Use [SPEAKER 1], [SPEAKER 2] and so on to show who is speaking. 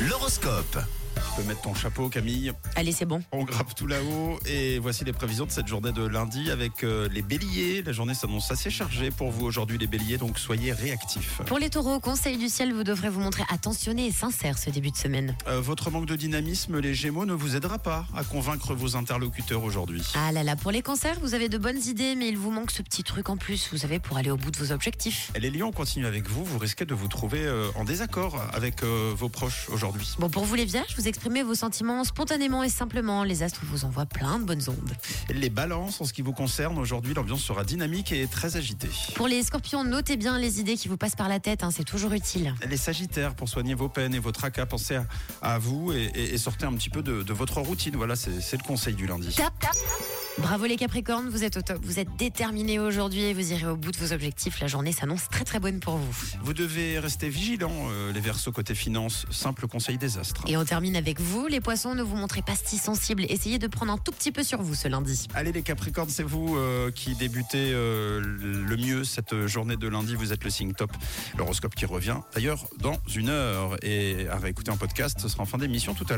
[SPEAKER 1] l'horoscope.
[SPEAKER 2] Tu peux mettre ton chapeau, Camille.
[SPEAKER 3] Allez, c'est bon.
[SPEAKER 2] On grappe tout là-haut. Et voici les prévisions de cette journée de lundi avec euh, les béliers. La journée s'annonce assez chargée pour vous aujourd'hui, les béliers, donc soyez réactifs.
[SPEAKER 3] Pour les taureaux, conseil du ciel, vous devrez vous montrer attentionné et sincère ce début de semaine.
[SPEAKER 2] Euh, votre manque de dynamisme, les gémeaux, ne vous aidera pas à convaincre vos interlocuteurs aujourd'hui.
[SPEAKER 3] Ah là là, pour les cancers, vous avez de bonnes idées, mais il vous manque ce petit truc en plus, vous savez, pour aller au bout de vos objectifs.
[SPEAKER 2] Les lions, on continue avec vous. Vous risquez de vous trouver euh, en désaccord avec euh, vos proches aujourd'hui.
[SPEAKER 3] Bon, pour vous les vierges, vous exprimez vos sentiments spontanément et simplement. Les astres vous envoient plein de bonnes ondes.
[SPEAKER 2] Les balances, en ce qui vous concerne, aujourd'hui, l'ambiance sera dynamique et très agitée.
[SPEAKER 3] Pour les scorpions, notez bien les idées qui vous passent par la tête, hein, c'est toujours utile.
[SPEAKER 2] Les sagittaires, pour soigner vos peines et vos tracas, pensez à, à vous et, et- et sortez un petit peu de, de votre routine. Voilà, c'est c'est le conseil du lundi.
[SPEAKER 3] Tap, tap. Bravo les capricornes, vous êtes au top, vous êtes déterminés aujourd'hui et vous irez au bout de vos objectifs. La journée s'annonce très très bonne pour vous.
[SPEAKER 2] Vous devez rester vigilant, euh, les versos côté finance, simple conseil des astres.
[SPEAKER 3] Et on termine avec vous, les poissons, ne vous montrez pas si sensibles. Essayez de prendre un tout petit peu sur vous ce lundi.
[SPEAKER 2] Allez les Capricornes, c'est vous euh, qui débutez euh, le mieux cette journée de lundi. Vous êtes le signe top, ah, l'horoscope qui revient d'ailleurs dans une heure. Et à réécouter en bah, podcast, ce sera en fin d'émission tout à l'heure.